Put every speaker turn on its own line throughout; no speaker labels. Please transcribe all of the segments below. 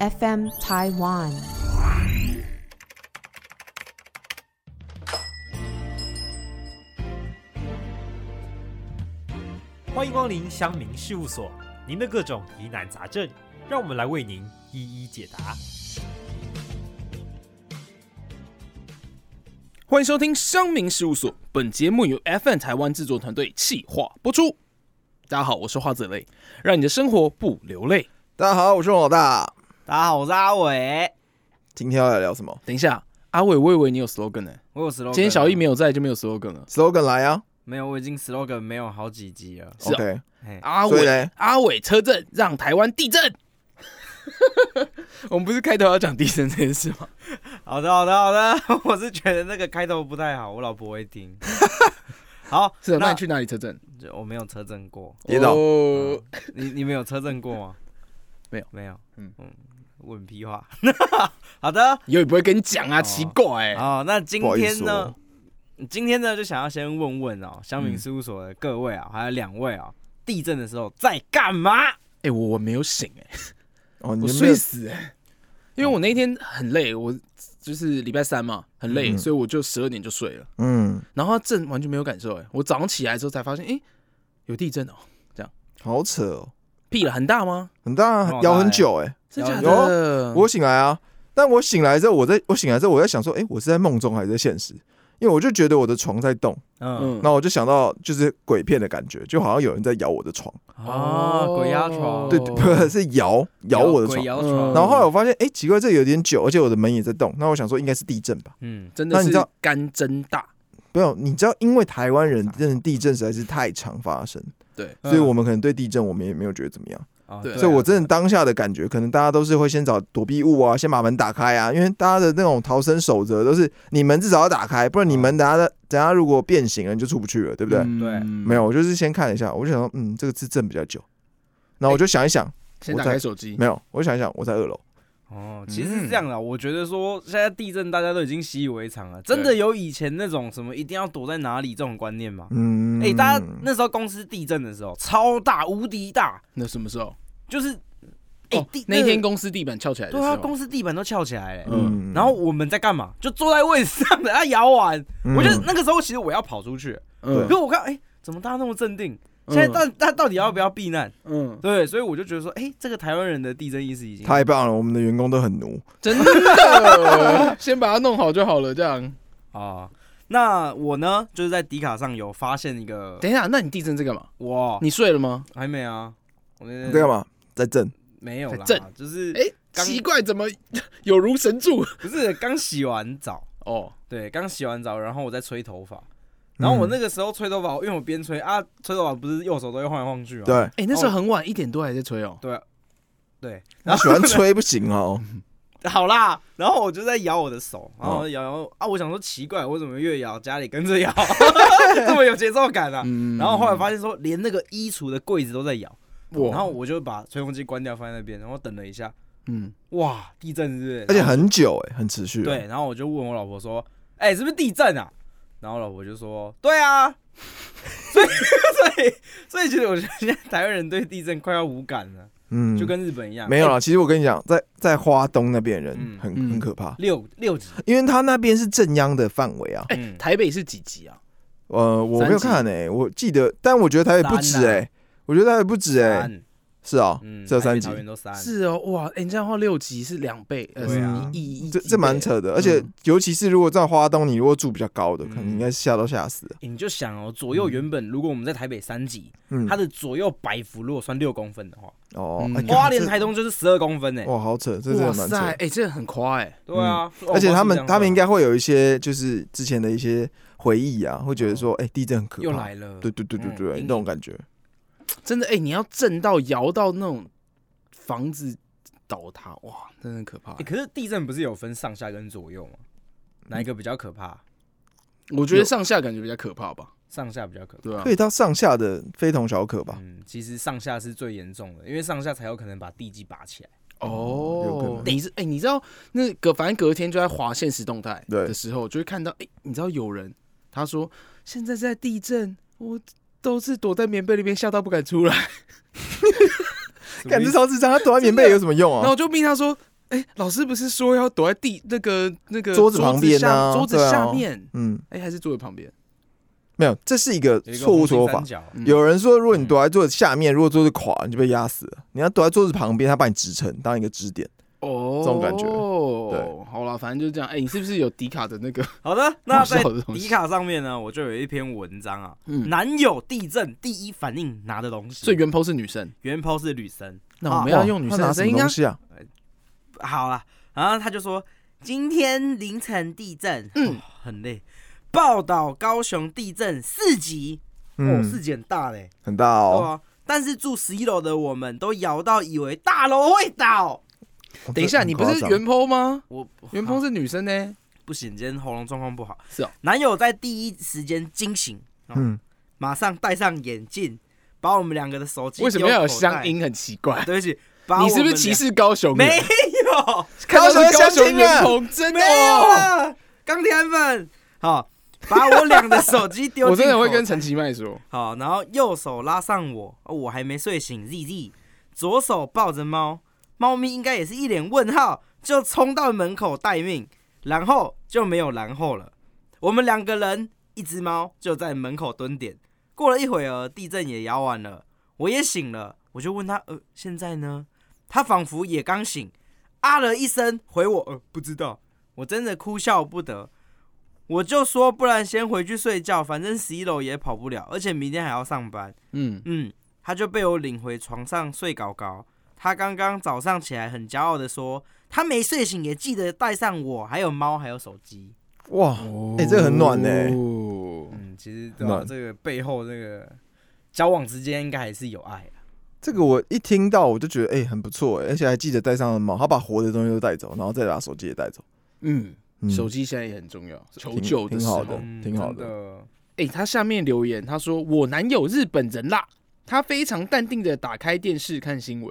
FM Taiwan。
欢迎光临乡民事务所，您的各种疑难杂症，让我们来为您一一解答。
欢迎收听乡民事务所，本节目由 FN 台湾制作团队企划播出。大家好，我是花子泪，让你的生活不流泪。
大家好，我是王老大。
大家好，我是阿伟。
今天要来聊什么
等一下，阿伟，我以为你有 slogan 呢、
我有 slogan，
今天小易
艺
没有在，就没有 slogan 了。
？slogan 来啊
没有，我已经 slogan 没有好几集了。
是啊
，OK，
嘿
阿
所以
伟
嘞，
阿伟车震，让台湾地 震。我们不是开头要讲地震这件事吗？
好的，好的，好的。 我是觉得那个开头不太好，我老婆会听。 好，
是啊，那
那
你去哪里车震？
就我没有车震过，
跌倒
哦？
你你们有车震过吗
没有，
没有。
嗯
嗯嗯，问屁话。 好的，
以后也不会跟你讲啊，奇怪、欸。
哦，那今
哎不好意
天
思
呢
哦？
今天呢，就想要先问问哦，乡民
嗯
事务所的各位啊，还有两位啊，地震的时候在干嘛？
哎、我我没有醒哎、
哦，
我
你没
睡
有
死、欸，因为我那天很累，我就是礼拜三嘛，很累，
嗯
所以我就十二点就睡了。
嗯，
然后它震完全没有感受、欸，哎，我早上起来之后才发现，哎、有地震哦、
好扯哦，
屁了，很大吗？
很大
很好
啊，
大
摇很久哎。
真假
有
的？
我醒来啊，但我醒来之后，我在我醒来之后，我在想说，哎，我是在梦中还是在现实？因为我就觉得我的床在动，
嗯，
嗯，
那我就想到就是鬼片的感觉，就好像有人在摇我的床，
啊，鬼压
哦
床，
嗯对， 不是摇摇我的
鬼
床。
摇
嗯
床，
然后后来我发现，哎，奇怪，这有点久，而且我的门也在动，那我想说应该是地震吧。
嗯，
真的
那你
是
知道
干真大，
不要，你知道，因为台湾
啊
人真的地震实在是太常发生，
对，
所以我们可能对地震我们也没有觉得怎么样。
哦
对
嗯对，
所以我真的当下的感觉，可能大家都是会先找躲避物啊，先把门打开啊，因为大家的那种逃生守则都是你门至少要打开，不
嗯
然你门等下的等下如果变形了你就出不去了，对不对？
嗯
对
没有，我就是先看了一下，我就想说，嗯，这个字震比较久，然
哎
后我就想一想，
先
我
打
在
开手机，
没有，我就想一想，我在二楼，
哦，其实是这样
嗯
的，我觉得说现在地震大家都已经习以为常了，真的有以前那种什么一定要躲在哪里这种观念吗？
嗯，
哎，大家那时候公司地震的时候超大无敌大，
那什么时候？
就是哎
哦
地，
那一天
个
公司地板翘起来的
对
时
啊，
候，
公司地板都翘起来嘞。
嗯
然后我们在干嘛？就坐在位置上等他摇完。我觉得
嗯
那个时候其实我要跑出去，
嗯
可是我看哎，怎么大家那么镇定？现在到他到底要不要避难？
嗯，
对，所以我就觉得说，哎、这个台湾人的地震意识已经
太棒了，我们的员工都很奴，
真 的，先把它弄好就好了，这样。
啊。那我呢，就是在迪卡上有发现一个，
等一下，那你地震在干嘛？
哇，
你睡了吗？
还没啊？我那
你在干？嘛？在震，
没有啦
在震，
就是
哎，
刚
奇怪，怎么 有如神助？
不是刚洗完澡，
哦，
对，刚洗完澡，然后我在吹头发，然后我
嗯
那个时候吹头发，因为我边吹啊，吹头发不是右手都会晃来晃去嘛，
对，
哎，那
哦
时候很晚，一点多还在吹哦。
对对，
他喜欢吹不 行哦，
好啦，然后我就在摇我的手，然后摇摇啊，我想说奇怪，我怎么越摇家里跟着摇， 这么有节奏感啊？
嗯
然后后来发现说，连那个衣橱的柜子都在摇，
嗯
哇
然后我就把吹风机关掉放在那边，然后等了一下，
嗯，
哇，地震是不
而
是？
且很久哎，很持续，
对，，然后我就问我老婆说，哎、是不是地震啊？然后我老婆就说，对啊。所以，所 以，所以，其实我觉得现在台湾人对地震快要无感了，
嗯
就跟日本一样，哎
没有啦，其实我跟你讲，在在花东那边人
嗯
很、
嗯
很可怕，
六六级，
因为他那边是正央的范围啊。
哎，
嗯
台北是几级啊？
呃，我没有看诶、我记得，但我觉得台北不止
三啊
诶、我觉得台北不止诶、
三
是啊，
嗯，
只有
台北
哎三级
桃，园都三，
是哦，哇，哎，你这样的话六级是两倍，呃，
对啊
一一一
这
一
这蛮
倍
扯的。而且
嗯
尤其是如果在花东，你如果住比较高的，
嗯
可能应该是吓都吓死了。
欸你就想哦，左右原本如果我们在台北三级，
嗯
它，的左右摆幅如果算六公分的话，
哦
嗯，
哎
花莲
这
台东就是十二公分呢。欸
哇，好扯，这真的
哇
蛮
塞，
扯。
哎，这很快哎，
对啊，
嗯而且他们他们应
该
该会有一些就是之前的一些回忆啊，会觉得说，哎、地震很可
哦又
怕。
来了。
对对对对
嗯
对，
阴
那
影
种感觉。
真的哎，你要震到摇到那种房子倒塌，哇，真的很可怕
欸，。可是地震不是有分上下跟左右吗？哪一个比较可怕？
我觉得上下感觉比较可怕吧，
上下比较可怕。
对啊
可，以到上下的非同小可吧？
嗯，其实上下是最严重的，因为上下才有可能把地基拔起来。
有可
哦，
能
你是哎、你知道那隔反正隔天就在划现实动态
对
的时候，就会看到哎、你知道有人他说现在在地震，我都是躲在棉被里面吓到不敢出来，
感觉超智障，他躲在棉被有什么用
然后
啊？
我就命他说：“哎、老师不是说要躲在地那个那个
桌子旁边
下
啊
桌子
对啊
下面，
嗯，
哎、还是桌子旁边？
没有，这是一个
有一个
错误
红心
说
三
法。
角
嗯
有人说，如果你躲在桌子下面，如果桌子垮，你就被压死了。你要躲在桌子旁边，他把你支撑，当一个支点。
哦，
这种感觉
对，
对
好了，反正就是这样。哎、你是不是有迪卡 的那个？
好的，那
好笑
在
的东西
迪卡上面呢，我就有一篇文章啊，
嗯，
男友地震第一反应拿的东西，
所以原 po 是女生，
原 p 是女生。
那
啊
我们要
哇
用女生
他拿
的
什
声
么
音啊
东。西啊？
好啦，然后他就说今天凌晨地震，
嗯
嗯，很累。报道高雄地震四级，哦，四
嗯，
级很大嘞，
很大
对
哦。
啊。但是住十一楼的我们都摇到以为大楼会倒。
哦
等一下，
这
你
很
不是
夸张
原 po 吗？
我啊
原 po 是女生呢？
不行，今天喉咙状况不好。
是哦，
男友在第一时间惊醒，
嗯，
马上戴上眼镜，把我们两个的手机
为什么要有
丢口袋
乡？音？很奇怪。
对不起，把
你是不
我
是
们
歧
俩？
视高雄人？
没有，
看到是高
高雄
雄
人
原
相
po，真
啊
的
没有
哦。
了，啊钢铁粉，好，把我俩的手机丢
我
进
真
口
的会跟陈其迈说，
好，然后右手拉上我，哦我还没睡醒，Z Z，左手抱着猫，猫咪应该也是一脸问号，就冲到门口待命，然后就没有然后了。我们两个人，一只猫就在门口蹲点。过了一会儿，地震也摇完了，我也醒了，我就问他，呃，现在呢？他仿佛也刚醒，啊了一声，回我，呃，不知道。我真的哭笑不得，我就说，不然先回去睡觉，反正十一楼也跑不了，而且明天还要上班。
嗯，
嗯，他就被我领回床上睡搞搞。他刚刚早上起来很骄傲的说，他没睡醒也记得带上我，还有猫，还有手机。
哇，哎，这个很暖呢。
哦
嗯，其实
对啊暖
这个背后这个交往之间应该还是有爱啊
这个我一听到我就觉得，哎，很不错，哎而且还记得带上了猫，他把活的东西都带走，然后再把手机也带走。
嗯，
嗯
手机现在也很重要，求
挺
救的时
挺好
候
的。嗯挺好的
嗯的。
哎、他下面留言，他说我男友日本人啦，他非常淡定的打开电视看新闻。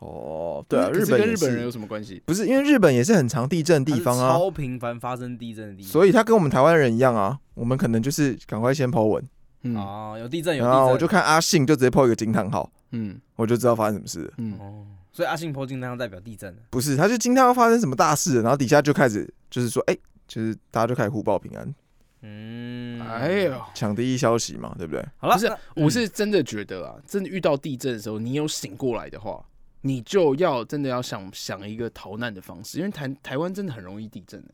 哦，对啊，
嗯可
日
是
本
跟
也
日
是
本人有什么关系？
不是因为日本也是很常地震的地方啊，
超频繁发生地震的地方，
所以他跟我们台湾人一样啊，我们可能就是赶快先抛文，
嗯、
啊，有地震有地
然后
震，
我就看阿信就直接抛一个惊叹号，
嗯
我就知道发生什么事了。
嗯，
哦，所以阿信破镜那样代表地震了。啊
不是，他就惊叹号发生什么大事了，然后底下就开始就是说，哎、就是大家就开始互报平安，
嗯，
哎呦，
抢第一消息嘛，对不对？
好了，
不是
那
我是真的觉得啊，真的遇到地震的时候，你有醒过来的话，你就要真的要想想一个逃难的方式，因为台台湾真的很容易地震的、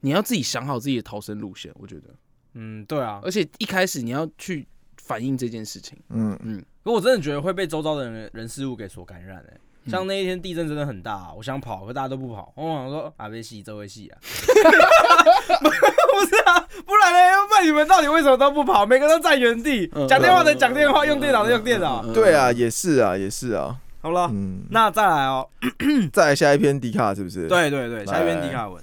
你要自己想好自己的逃生路线，我觉得，
嗯，对啊，
而且一开始你要去反映这件事情。
嗯，
可我真的觉得会被周遭的人人事物给所感染哎、
嗯
像那一天地震真的很大、啊我想跑，可大家都不跑。我想说啊，别戏，这回戏 啊，不是啊，不然呢？问你们到底为什么都不跑？每个都站原地
嗯，
讲电话的讲电话，用电脑的用电脑。
对啊，也是啊，也是啊，
好了，
嗯，
那再来哦。
再来下一篇迪卡是不是？，
对对对，
来
下一篇迪卡文。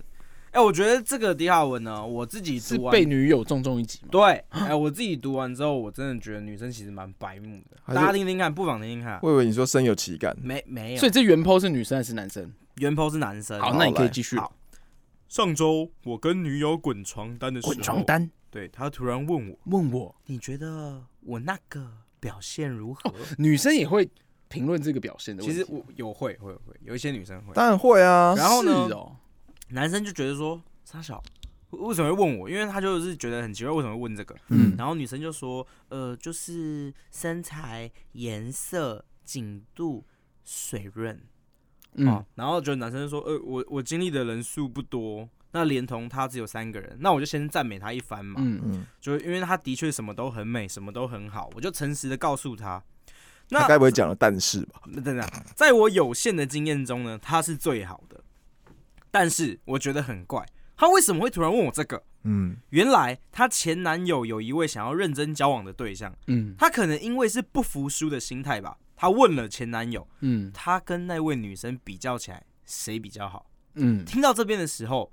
哎，我觉得这个迪卡文呢，我自己
是
读完
被女友重重一击嘛？
对，哎，我自己读完之后，我真的觉得女生其实蛮白目的。
还是
大家听听看，不妨听听看。
我以为你说深有其感，
没没有，
所以这原 po 是女生还是男生？
原 po 是男生。
好，
好
那你可以
来
继续
好上周我跟女友滚床单的时候，
滚床，单，
对她突然问我，
问我
你觉得我那个表现如何？
女生也会评论这个表现的
其
问题。
实我有会会会，有一些女生会，
当然会啊，
然后呢
是哦，
男生就觉得说傻小。为什么会问我？因为他就是觉得很奇怪，为什么会问这个？
嗯
然后女生就说：“呃，就是身材、颜色、紧度、水润。”
嗯
啊，，然后就男生说，呃，我我经历的人数不多，那连同他只有三个人，那我就先赞美他一番嘛，
嗯，
嗯，
就因为他的确什么都很美，什么都很好，我就诚实的告诉他。
他
那
该不会讲了但是吧？
等等，在我有限的经验中呢，他是最好的，但是我觉得很怪，他为什么会突然问我这个？
嗯，
原来她前男友有一位想要认真交往的对象，
嗯
她可能因为是不服输的心态吧，她问了前男友，
嗯
他跟那位女生比较起来，谁比较好？
嗯，
听到这边的时候，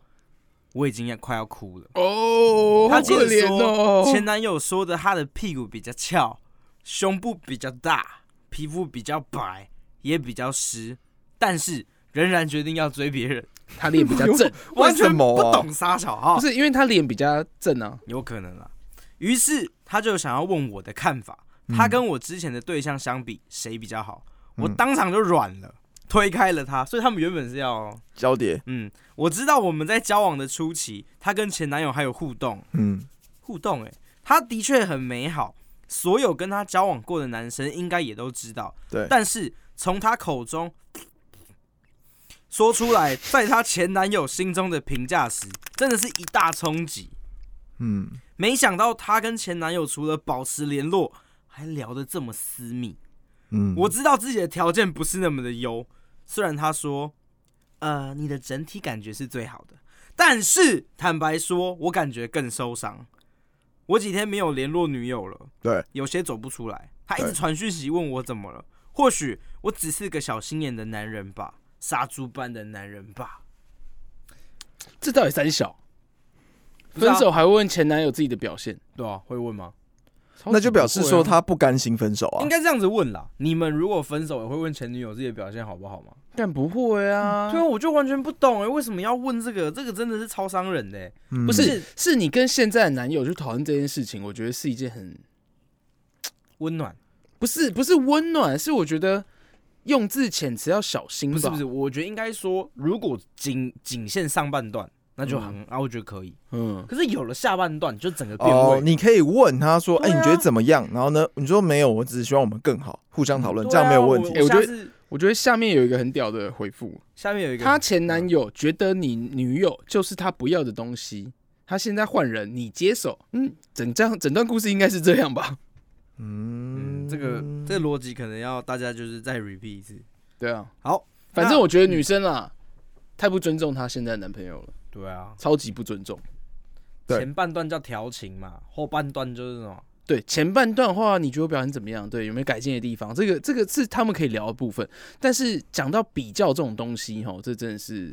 我已经要快要哭了。
哦，好
他接
可
着
怜哦。
前男友说的，他的屁股比较翘，胸部比较大，皮肤比较白，也比较湿，但是仍然决定要追别人，
他脸比较正，
完全
为什么
不
啊
懂傻小
不
哈，
是因为他脸比较正啊。
有可能啦。于是他就想要问我的看法，他
嗯
跟我之前的对象相比，谁比较好？我
嗯
当场就软了，推开了他。所以他们原本是要，
交叠，
嗯，我知道我们在交往的初期，她跟前男友还有互动，
嗯，
互动、欸，哎，她的确很美好，所有跟她交往过的男生应该也都知道。
对
但是从她口中说出来，在她前男友心中的评价时，真的是一大冲击。
嗯，
没想到她跟前男友除了保持联络，还聊得这么私密。
嗯，
我知道自己的条件不是那么的优，虽然他说，呃，你的整体感觉是最好的，但是坦白说，我感觉更受伤。我几天没有联络女友了，
对，
有些走不出来。他一直
对
传讯息问我怎么了，或许我只是个小心眼的男人吧，杀猪般的男人吧。
这到底三小？
不知道
分手还会问前男友自己的表现，
对啊，会问吗？
那就表示
欸
说他不啊甘心分手啊
应。该这样子问啦。你们如果分手，也会问前女友自己的表现好不好吗？
但不会啊
对，啊，我就完全不懂哎、为什么要问这个？这个真的是超伤人的欸、
嗯
不是是你跟现在的男友去讨论这件事情，我觉得是一件很
温暖。
不是不是温暖，是我觉得用字遣词要小心吧。
不是不是，，我觉得应该说，如果仅仅限上半段，那就很、啊，我觉得可以。
嗯，
可是有了下半段，就整个变味。
哦，你可以问他说：“哎，
对
你
啊
觉得怎么样？”然后呢，你说没有，我只是希望我们更好，互相讨论，
对啊
这样没有问题。
哎
我
我觉
下
得
次
我觉得下面有一个很屌的回复，
下面有一个，
她前男友觉得你女友就是他不要的东西，他现在换人，你接手，嗯，整张整段故事应该是这样吧？
嗯
嗯，这个这个逻辑可能要大家就是再 repeat 一次。
对啊，
好，
反正
那
我觉得女生啊，太不尊重她现在的男朋友了，
对啊，
超级不尊重。
对
前半段叫调情嘛，后半段就是什么？
对前半段话，你觉得我表现怎么样？对，有没有改进的地方？这个这个是他们可以聊的部分，但是讲到比较这种东西，吼，这真的是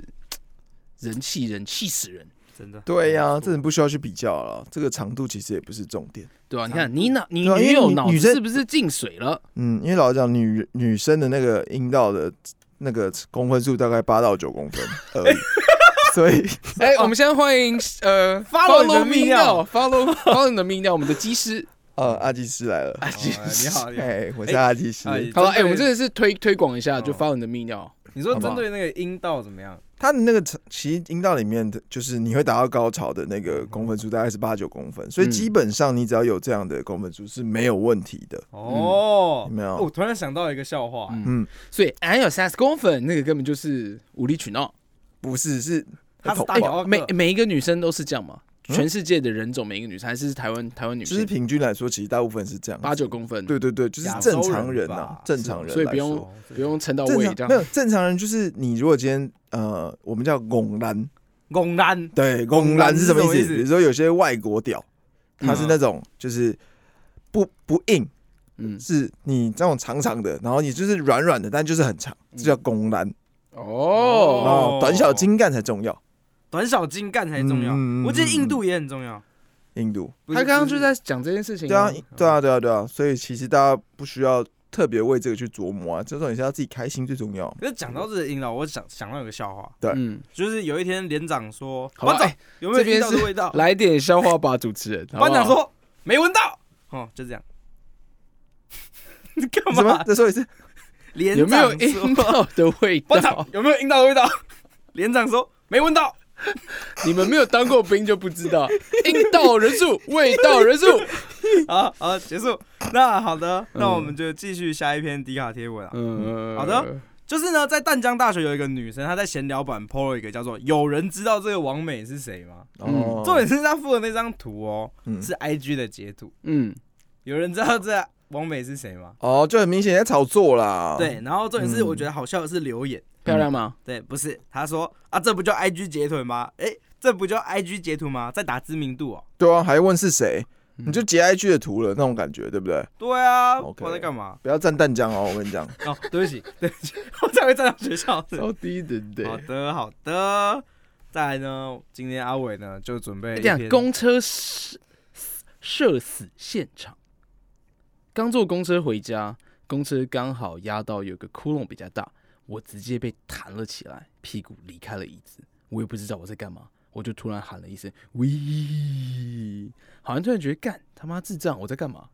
人气人气死人，
真的
对呀，这
真
人
的
不需要去比较了，这个长度其实也不是重点。
对吧、你看你脑你
对啊因
女
为
友
女
脑子
女生
是不是进水了？
嗯，因为老实讲，女女生的那个阴道的那个公分数大概八到九公分而已， 所以
哎、我们现在欢迎呃
Follow 你的
follow
泌尿
follow follow 你的泌尿，我们的技师。
呃，阿基师来了，
哦你好，你好。
哎，我是阿基师。
哎
好了，哎、
针对
我 们真的是推推广一下，
哦
就 follow 你的泌尿。
你说
好不
针
好
对那个阴道怎么样？
它的那个其实阴道里面的，就是你会达到高潮的那个公分数大概是八九公分，所以
嗯
基本上你只要有这样的公分数是没有问题的。
哦
有，嗯没有
我突然想到一个笑话，
嗯
嗯，
所以俺有三十公分，那个根本就是无理取闹。
不是，是
它是大
哎、
小二
哦每
个
每一个女生都是这样嘛？
嗯
全世界的人种，每一个女生还是台湾台湾女
就是
生
平均来说，其实大部分是这样，
八九。公分，
对对对，就是
亚洲
正常
人
人
吧
呐，正常人来说，
所以不用
哦
不用撑到
正
胃这
常没有
样。
正常人就是你如果今天呃，我们叫拱男，
拱男
对，
拱
拱男
男
是
是
什么
什么
意
意
思？
思
比如说有些外国屌，它是那种就是不不硬，
嗯，
是你这种长长的，然后你就是软软的，但就是很长，这叫拱男。
嗯哦，
哦，短小精干才重要。
短小精干才重要。
嗯嗯嗯
我记得印度也很重要。
印度，
不是
他刚刚就
不是
在讲这件事情、
对啊，对啊，对啊，对啊，所以其实大家不需要特别为这个去琢磨啊，这种也是要自己开心最重要。
可是讲到这个阴道，我想想到有个笑话，
对
嗯，
就是有一天连长说：“
好吧
班长、
哎
有没有
这边
阴道的味道
来点消化吧，主持人。？”好不好
班长说：“没闻到。”哦，就这样。 你干
什么
嘛？？
再说一次，
连
有没有
长
阴
说
道的味：“
班长
道？
有没有阴道的味道？” 连长说：“没闻 到。
你们没有当过兵就不知道，阴道人数、味道人数。”
好好，结束。那好的，那
嗯
我们就继续下一篇迪卡贴文啊。
嗯，
好的。就是呢，在淡江大学有一个女生，她在闲聊版 PO 了一个叫做“有人知道这个王美是谁吗？”
嗯
哦，
重点是她附的那张图哦，
嗯
是 IG 的截图。
嗯，
有人知道这王美是谁吗？
哦，就很明显在炒作啦。
对，，然后重点是
嗯
我觉得好笑的是留言，
漂亮吗？
对，不是他说啊，这不就 IG 截图吗？诶，这不就 IG 截图吗？在打知名度哦。
对啊，还问是谁？
嗯
你就截 IG 的图了，那种感觉，对不对？
对啊
OK
我在干嘛？
不要站淡江哦，我跟你讲，
哦，对不起， 对不起，我才会站到学校的。
超低的，对
好的，好的。再来呢，今天阿伟呢就准备一
这样
篇
公车射射死现场。刚坐公车回家，公车刚好压到有个窟窿比较大，我直接被弹了起来，屁股离开了椅子，我也不知道我在干嘛，我就突然喊了一声“喂”，好像突然觉得干他妈智障，我在干嘛？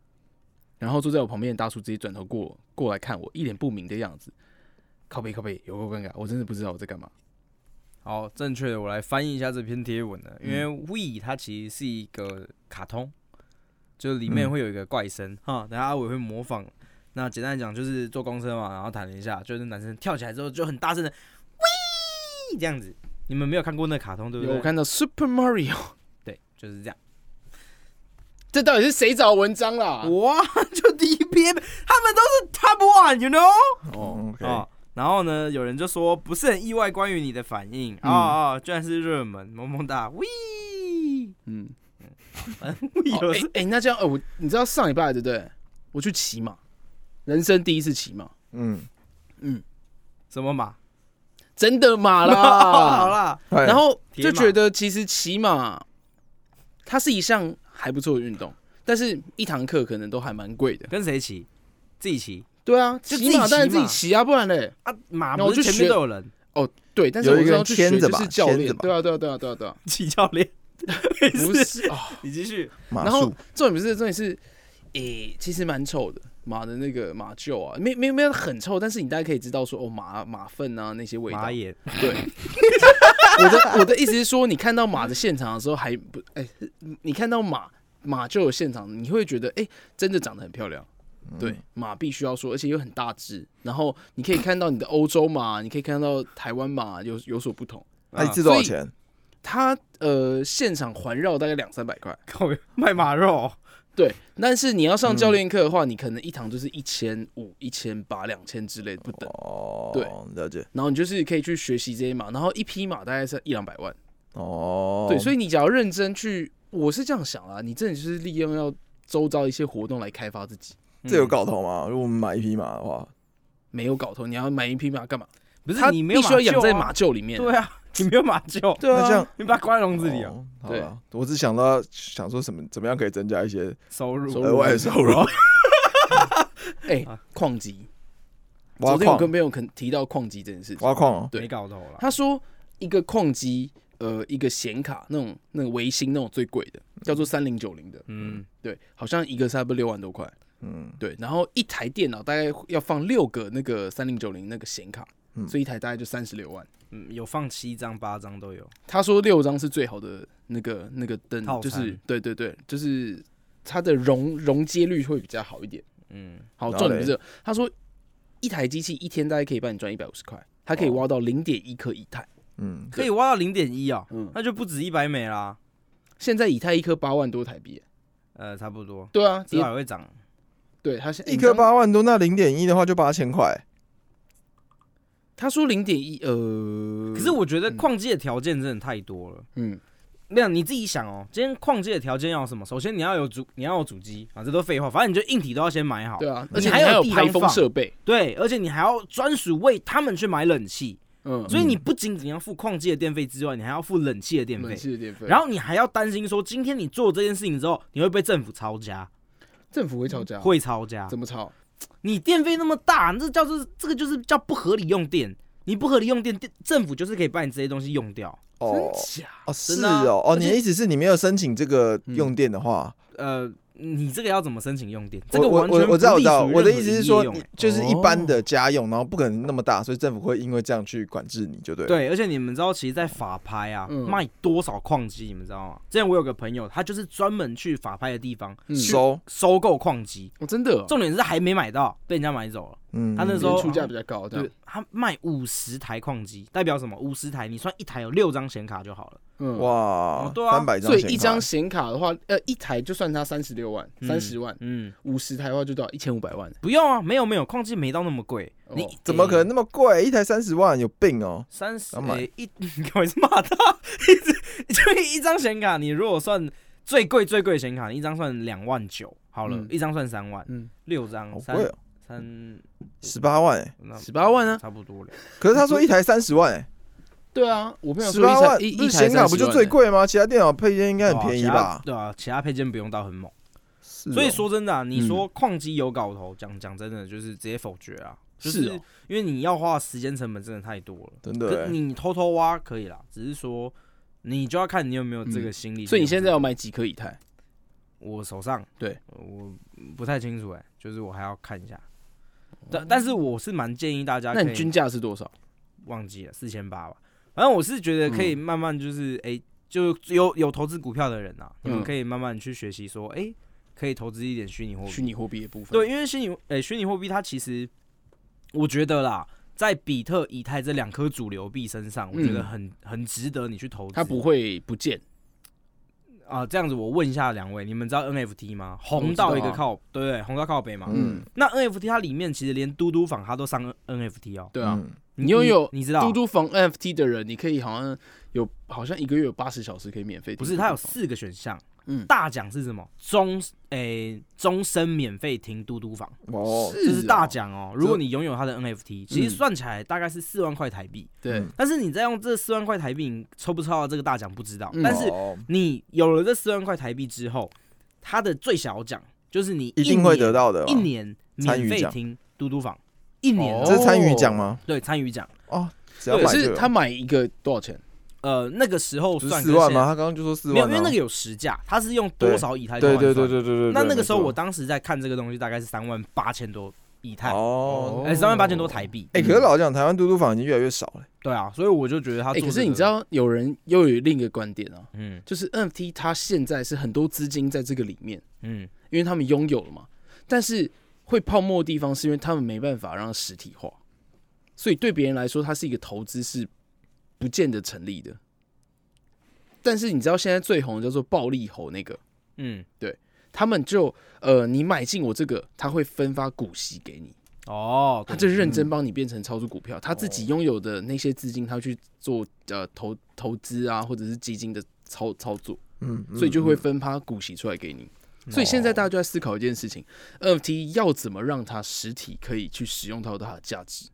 然后坐在我旁边的大叔直接转头过过来看我，一脸不明的样子。靠背靠背，有够尴尬，我真的不知道我在干嘛。
好，正确的我来翻译一下这篇贴文呢，
嗯
因为 We 它其实是一个卡通，就是里面
嗯
会有一个怪声、哈，等下阿伟会模仿。那简单来讲就是坐公车嘛，然后弹了一下，就是男生跳起来之后就很大声的 We 这样子。你们没有看过那卡通对不
有
对？
我看到 Super Mario，
对，就是这样。
这到底是谁找文章啦？
哇，就第一篇，他们都是 top one，you know。
哦，OK，
啊、然后呢，有人就说不是很意外关于你的反应啊
嗯
啊、居然是热门，萌萌哒，喂，
嗯，
喂
哎哎、
有是、
欸那这样，呃，我你知道上礼拜对不对？我去骑马，人生第一次骑马，
嗯，
嗯，
什么马？
真的马
好
啦。
啦，
哎
然后
铁
就
马
觉得其实骑马，它是一项还不错的运动，但是一堂课可能都还蛮贵的。
跟谁骑？自己骑
对啊，
就
骑
自己
马当然
骑
自己
嘛
骑啊，不然嘞。
啊，马
那我
不是
就
前面
学
都有人，
对，但是我
有一
知
个
道
人
去学
牵着
就
吧
是教
牵
练，
着吧
对啊，对啊，对啊，对啊，对啊，
骑教练，
不 是啊。
你继续，
哎马
然后
术，
重点不是重点是，诶、其实蛮臭的，马的那个马厩啊，没没没有很臭，但是你大概可以知道说，哦，马马粪啊那些味道
马。眼，
对，我的我的意思是说，你看到马的现场的时候还不，哎、你看到马马厩的现场，你会觉得，哎、真的长得很漂亮。
嗯
对，马必须要说，而且又很大只，然后你可以看到你的欧洲马，你可以看到台湾马有有所不同。
那一
啊
次多少
所以
钱？
它呃现场环绕大概两三百块，
靠边卖马肉，
对。但是你要上教练课的话，你可能一堂就是一千五、一千八、两千之类的不等。
哦，
对
了解。
然后你就是可以去学习这些马，然后一匹马大概是一两百万，
哦，
对。所
以
以你只要认真去，我是这样想啦，你真的就是利用要周遭一些活动来开发自己。
嗯
嗯
这有搞头吗？如果我们买一匹马的话，
没有搞头，你要买一匹马干嘛？
嗯不是
它
你没有
必须要
马厩
养在
啊
马，厩里面。
对啊， 你没有马厩，
对
那这样
啊，
你把它关在笼子里啊，
哦，好
对
了，我只想到想说什么，怎么样可以增加一些
收入
收入
额外的收 入？
哎
啊，
矿机。
挖
昨天我跟
矿，
朋友肯提到矿机这件事情，
挖矿哦，
对
没搞头了，
他说一个矿机，呃，一个显卡那种那个维星那种最贵的，叫做三零九零的，
嗯，
对，好像一个差不多六万多块，
嗯，
对，然后一台电脑大概要放六个那个三零九零那个显卡，
嗯
所以一台大概就三十六万。
嗯，有放七张八张都有，
他说六张是最好的那个那个灯
套，
就
餐
是对对对，就是它的容容接率会比较好一点。
嗯，
好，
然后
重点
嘞
是这个他说一台机器一天大概可以帮你赚一百五十块，它可以
哦
挖到零点一颗以太，
嗯，
可以挖到零点一哦，
嗯，
那就不止一百美啦，
现在以太一颗八万多台币。
呃，差不多，
对啊，
至
也
少会涨。
对他现
一颗，
欸你知道
八万多，那零点一的话就八千块，
他说零点一，呃，
可是我觉得
嗯
矿机的条件真的太多了。
嗯，
那样你自己想哦，今天矿机的条件要什么？首先你要有主，你要有主机啊，这都废话。反正你就硬体都要先买好，
对啊，
你
而且
还
你
有
有
地
排
方
风
放
设备，
对而且你还要专属为他们去买冷气，
嗯，
所以你不仅仅要付矿机的电费之外，你还要付冷气的电
冷
费，
气的嗯电费，
然
后
后你还要担心说，今天你做这件事情之后，你会被政府抄家，
政府会吵
啊
架，
会啊抄家。
怎么吵？
你电费那么大，这叫做这个就是叫不合理用电。你不合理用电，电政府就是可以把你这些东西用掉。
哦
假？
哦是
真的啊
哦，哦，
而且嗯
你的意思是你没有申请这个用电的话，
呃，你这个要怎么申请用电？这
我
个
我
完全
我我知道
不
我
隶属于
知道，我的
任
意
何
思是
营
说
业用
你
欸
就是一般的家用，然后不可能那么大，所以政府会因为这样去管制你就对了。
对，而且你们知道，其实，在法拍啊，
嗯
卖多少矿机，你们知道吗？之前我有个朋友，他就是专门去法拍的地方
嗯
收，
收购矿机，
我真的哦，
重点是还没买到，被人家买走了。
嗯，
他那时
今
候
天出价比较高，
对
对，，
他卖五十台矿机，代表什么？五十台，你算一台有六张显卡就好了。
嗯，
哇
哦，对啊
三百张
所
显卡，
以一张显卡的话，呃，一台就算它三十六万、
嗯
三十万，
嗯，
五十台的话就到一千五百万，
不用啊，没有没有，矿机没到那么贵。你、
哦
怎么可能那么贵？一台三十万，有病哦！
三十、
要买
欸、一， 你干嘛一直骂他？一直就一张显卡，你如果算最贵最贵的显卡，你一张算两万九好了，
嗯
一张算三万，
嗯，
六张
好
三
贵哦，
三
十八万哎、
那
18万啊
差不多了。
可是他说一台三十万哎、
对啊，我朋友
十
说
八
一台
万
一
不
一
是
台
显卡不就
30万
欸
最？贵吗？其他电脑配件应该很
对啊
便宜
其他
吧？
对啊，其他配件不用到很猛。
是哦
所以说真的、啊，你说矿机有搞头，讲讲真的就是直接否决啊，就是
是哦
因为你要花的时间成本真的太多了。
真
可
的、欸，
你偷偷挖可
嗯
以啦，只是说你就要看你有没有这个心理去做。
所以你现在要买几颗以太？
我手上，
对
我不太清楚哎、就是我还要看一下。但但是我是蛮建议大家可
那
以，
你均价是多少？
忘记了四千八吧，反正我是觉得可
嗯
以慢慢就是哎、就有有投资股票的人啊，你们
嗯
可以慢慢去学习说，哎、可以投资一点虚拟货币
虚。拟货币的部分。
对，，因为虚拟诶、虚拟货币它其实，我觉得啦，在比特、以太这两颗主流币身上，我觉得
嗯
很、很值得你去投资。
它不会不见。
啊、这样子我问一下两位，你们知道 NFT 吗？红
知道
到一个
啊
靠，对不对？红到靠北嘛。
嗯，
那 NFT 它里面其实连嘟嘟坊它都上 NFT 哦。
对啊，
嗯，
你
你拥有
你知道
嘟嘟房 NFT 的人，你可以好像有好像一个月有八十小时可以免费听
不
嘟嘟房。
是？它有四个选项，
嗯
大奖是什么？终诶、终身免费停嘟嘟坊，
哦，
这是大
哦
奖哦。如果你拥有它的 NFT，其实
嗯
算起来大概是四万块台币。
对
嗯，
但是你再用这四万块台币，你抽不抽到这个大奖不知道。
嗯
但是
哦
你有了这四万块台币之后，它的最小奖就是你
一定
年
会得到的吧，啊哦
一年
参
免
与
费
奖
听嘟嘟坊，一年哦、
这是参与奖吗？
对参与奖。
哦，只要
可
买
是
就
他买一个多少钱？
呃，那个时候
不是
算
四
跟
万
现在
吗？？他刚刚就说四
没
万
有，
啊，
因为那个有实价，它是用多
对
少以太
对
换
对对
算
对对对。
那那个
没
时候
错
我当时在看这个东西，大概是三万八千多以太，
哦，
哎，三万八千多台币。
哎，可是老实讲台湾嘟嘟房已经越来越少了，
对啊，所以我就觉得它
哎、
做
可是
这
你
个
知，道有人又有另一个观点啊，
嗯
就是 NFT 它现在是很多资金在这个里面，
嗯，
因为他们拥有了嘛，但是会泡沫的地方是因为他们没办法让它实体化，所以对别人来说，它是一个投资是不见得成立的。但是你知道现在最红的叫做暴力猴那个，
嗯
他们就呃，你买进我这个，他会分发股息给你，
哦，
他
对
就认真帮你变成超出股
哦
票，他自己拥有的那些资金，他去做呃投投资啊，或者是基金的操操作，
嗯，嗯
所以就会
嗯
分发股息出来给你。
嗯
所以现
哦
在大家就在思考一件事情：NFT 要怎么让它实体可以去使用到它的价值，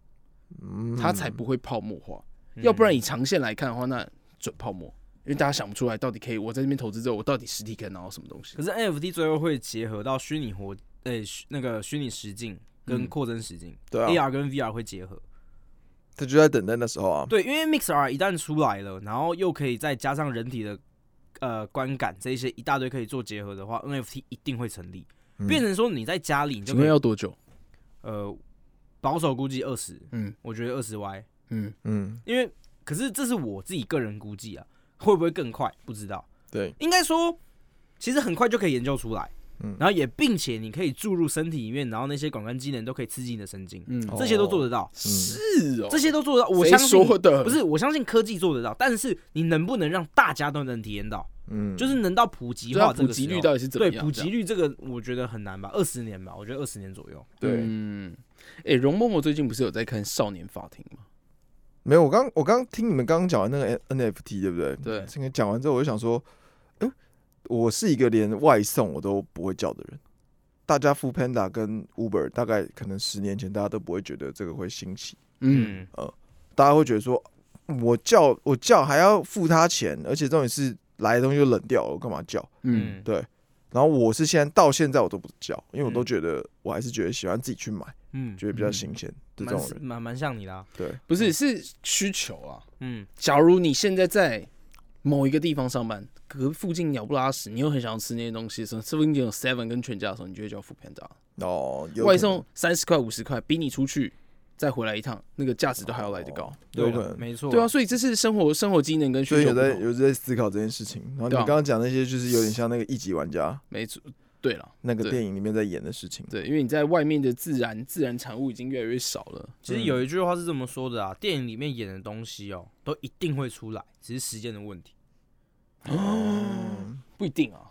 嗯
它
嗯
才不会泡沫化。要不然以长线来看的话，那准泡沫，因为大家想不出来到底可以我在这边投资之后，我到底实体可以拿到什么东西
可。是 NFT 最后会结合到虚拟活，诶、虚那个虚拟实境跟
嗯
扩增实境、
对啊
a r 跟 VR 会结合。
他就在等待那时候啊，
对，因为 MixR 一旦出来了，然后又可以再加上人体的呃观感这一些一大堆可以做结合的话，NFT 一定会成立，
嗯
变成说你在家里你就
请
可
问
以
要多久？
呃保守估计二十，
嗯
我觉得二十 Y，
嗯，
嗯，
因为可是这是我自己个人估计啊，会不会更快不知道，
对，
应该说其实很快就可以研究出来，
嗯
然后也并且你可以注入身体里面，然后那些感官机能都可以刺激你的神经，
嗯，
哦
这些都做得到，
是
是哦
嗯这些都做得到，我
谁
相信
说的
不是，我相信科技做得到，但是你能不能让大家都能体验到，
嗯，
就是能到普及
就它
化这
普
个时
及
候
率到底是怎么
对
样？
普及
率
率这个，我觉得很难吧，二十年吧，我觉得二十年左右。
对，
嗯，哎，容嬷嬷最近不是有在看《少年法庭》吗？
没有，我刚我刚听你们刚刚讲完那个 NFT 对不对？
嗯对
这个讲完之后我就想说，嗯，我是一个连外送我都不会叫的人。大家 f o o Panda 跟 Uber 大概可能十年前大家都不会觉得这个会兴起，
嗯，
大家会觉得说，嗯我叫我叫还要付他钱，而且重点是来的东西就冷掉了，我干嘛叫？
嗯，
对。然后我是现在到现在我都不叫，因为我都
嗯
觉得我还是觉得喜欢自己去买，
嗯，
觉得比较新鲜的
嗯
这
蛮
种
是
人。
蛮蛮像你的啊，
对，
不是是需求啊。
嗯，
假如你现在在某一个地方上班，可是附近鸟不拉屎，你又很想要吃那些东西的时候，附近有 Seven 跟全家的时候，你就会叫 f o o Panda
哦，有可能
外送三十块五十块，比你出去再回来一趟，那个价值都还要来得高。
有可
了
能。
没错，
对啊，，所以这是生活生活机能跟
所
需
以
求
有
不
在
同。
有在思考这件事情。然后你
对啊
刚刚讲那些就是有点像那个一级玩家
没错，对了，
那个
对
电影里面在演的事情。
对，因为你在外面的自然自然产物已经越来越少了。
其实有一句话是这么说的啊，电影里面演的东西哦，都一定会出来，只是时间的问题。
不一定啊，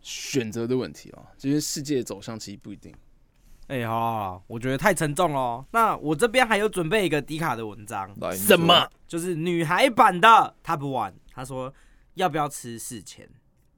选择的问题啊，这些世界的走向其实不一定。
哎、好好好，我觉得太沉重了哦。那我这边还有准备一个迪卡的文章，
来，哎你
什
说
么？？
就是女孩版的 Top One，他说要不要吃事前？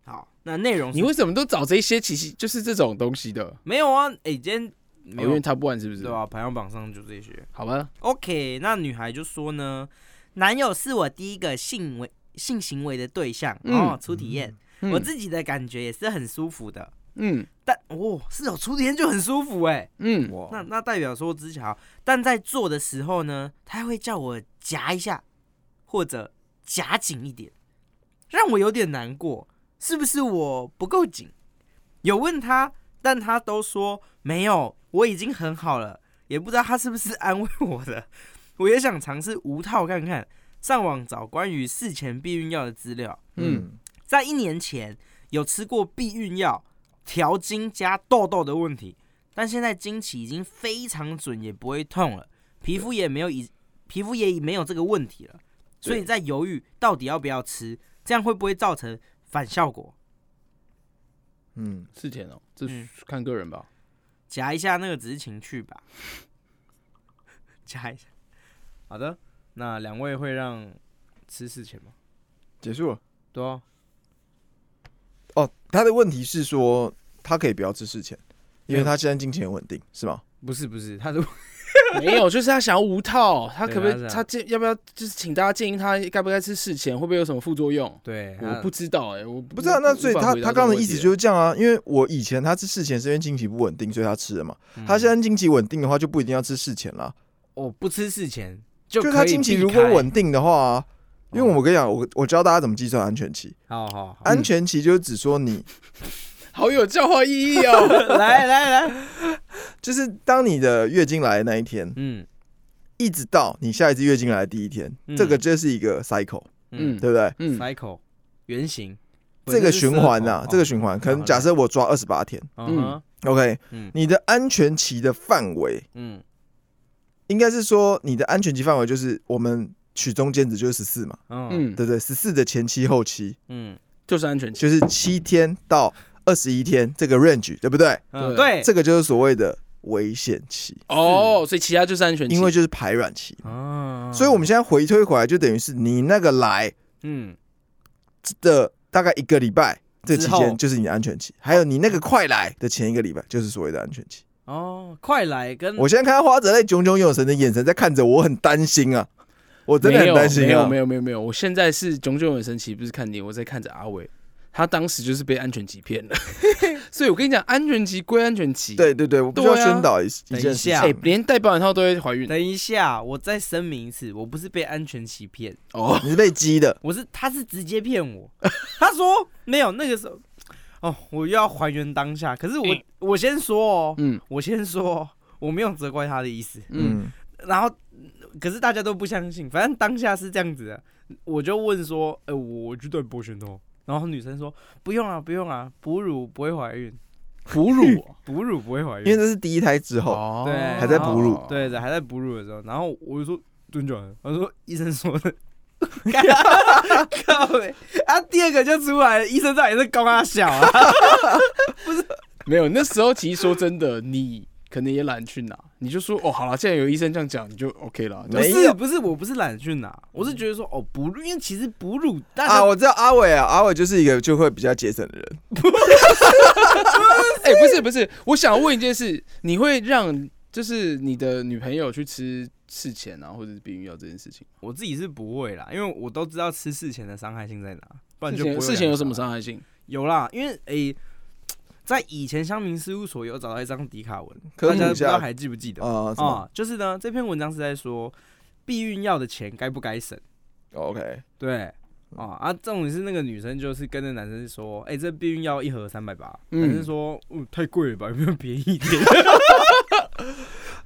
好，那内容是
你为什么都找这些？其实就是这种东西的，哦
没有啊？哎、今天没
因
有、
为他不玩是不是？
对吧、啊排行榜上就这些。
好吧，
OK，那女孩就说呢，男友是我第一个性为
性行为的对象，
嗯
哦，初体验，
嗯
我自己的感觉也是很舒服的。
嗯
但哦，是有初体验就很舒服
欸
哎、
嗯，
哇，
那那代表说之前好，但在做的时候呢，他会叫我夹一下，或者夹紧一点，让我有点难过，是不是我不够紧？
有问他，但他都说没有，我已经很好了，也不知道他是不是安慰我的。 我也想尝试无套看看，上网找关于事前避孕药的资料。
嗯，
在一年前有吃过避孕药、调经加痘痘的问题，但现在经期已经非常准，也不会痛了，皮肤也没有以皮肤也没有这个问题了，所以在犹豫到底要不要吃，这样会不会造成反效果？
嗯，
事前哦，这
嗯
看个人吧。
夹一下那个只是情趣吧，夹一下。
好的，那两位会让吃事前吗？
结束了。
对啊，
哦，他的问题是说他可以不要吃事前，因为他现在金钱很稳定，是吗？
不是不是，他是
没有，就是他想要无套，他
对
可不可
他
以？
是
他建要不要？就是请大家建议他该不该吃事前，会不会有什么副作用？
对，
我
他
不知道哎，我
不
不
是啊，那所以他他刚刚的意思就是是这样啊，因为我以前他吃事前是因为经期不稳定，所以他吃了嘛。
嗯
他现在经期稳定的话，就不一定要吃事前啦。
我不吃事前就
就他
可以
经期
避
如果
开，
稳定的话、啊，因为
哦
我跟你讲，我我教大家怎么计算安全期。
好好
嗯
好，
安全期就是指说你
好有教化意义哦。
来来来，
就是当你的月经来的那一天，
嗯
一直到你下一次月经来的第一天，
嗯
这个就是一个 cycle，
嗯
嗯
对不对？
嗯，
，cycle 圆形，
这个循环呐、
哦
这个循环，可能假设我抓二十八天
嗯哼
，OK，
嗯
你的安全期的范围
嗯
应该是说你的安全期范围就是我们取中间值就是十四嘛，
嗯
嗯，
对不对？十四的前期后期
嗯
就是安全期。
就是七天到二十一天这个 range，对不对？
嗯，
对，
这个就是所谓的危险期，
哦，所以其他就是安全期，
因为就是排卵期。
啊，
所以我们现在回推回来，就等于是你那个来
嗯
的大概一个礼拜这期
之后
间就是你的安全期，还有你那个快来的前一个礼拜就是所谓的安全期。
哦，快来
嗯
跟
我现在看到花泽类炯炯有神的眼神在看着我，很担心啊，我真的
没
很
有
担心
没
啊
有没。有没有没有，我现在是炯炯有神奇，不是看你，我在看着阿伟，他当时就是被安全期骗了。所以我跟你讲，安全期归安全期，，
对对对，我必须要
对啊
宣导一
等
一
一
件事情
下
哎、连戴保险套都会怀孕
等一下，我再声明一次，我不是被安全欺骗，
哦。
你是被激的，
我是他是直接骗我， 他说没有那个时候，哦，我又要还原当下，可是我、
嗯
我先说哦，
嗯
我先说哦，我没有责怪他的意思，
嗯
嗯，
然后呃可是大家都不相信，反正当下是这样子的，我就问说，呃，我去戴保险套，哦然后女生说不用啊，不用啊，哺乳不会怀孕，
哺乳
哺乳不会怀
啊嗯因为
孕，
这是第一胎之后，
哦
对
还在哺乳
对的，还在哺乳的时候，然后我就说真假的，他说医生说 的。 靠呗！啊，第二个就出来了，医生到底是公啊小啊？
没有那时候其实说真的，你可能也懒去拿，你就说哦好了，既然有医生这样讲，你就 OK 了。
不
没
是
有
不是，我不是懒去拿，我是觉得说哦哺乳，因为其实哺乳大
啊，
家
我知道阿伟啊，阿伟就是一个就会比较节省的人，
哎、不是不是，我想问一件事，你会让就是你的女朋友去吃事前啊，或者是避孕药这件事情？
我自己是不会啦，因为我都知道吃事前的伤害性在哪，不然
事
就不会有
前事前有
两
什么
个小时？
伤害性？
有啦，因为诶、在以前乡民事务所有找到一张迪卡文，
科
大家
普
不
一
知道
下
还记不记得啊、
哦
啊什么
就是呢，这篇文章是在说避孕药的钱该不该省。
，OK，
对，哦啊，重点是那个女生就是跟那男生说，哎、这避孕药一盒三百八，
嗯
男生说，嗯，太贵了吧，有没有便宜一点？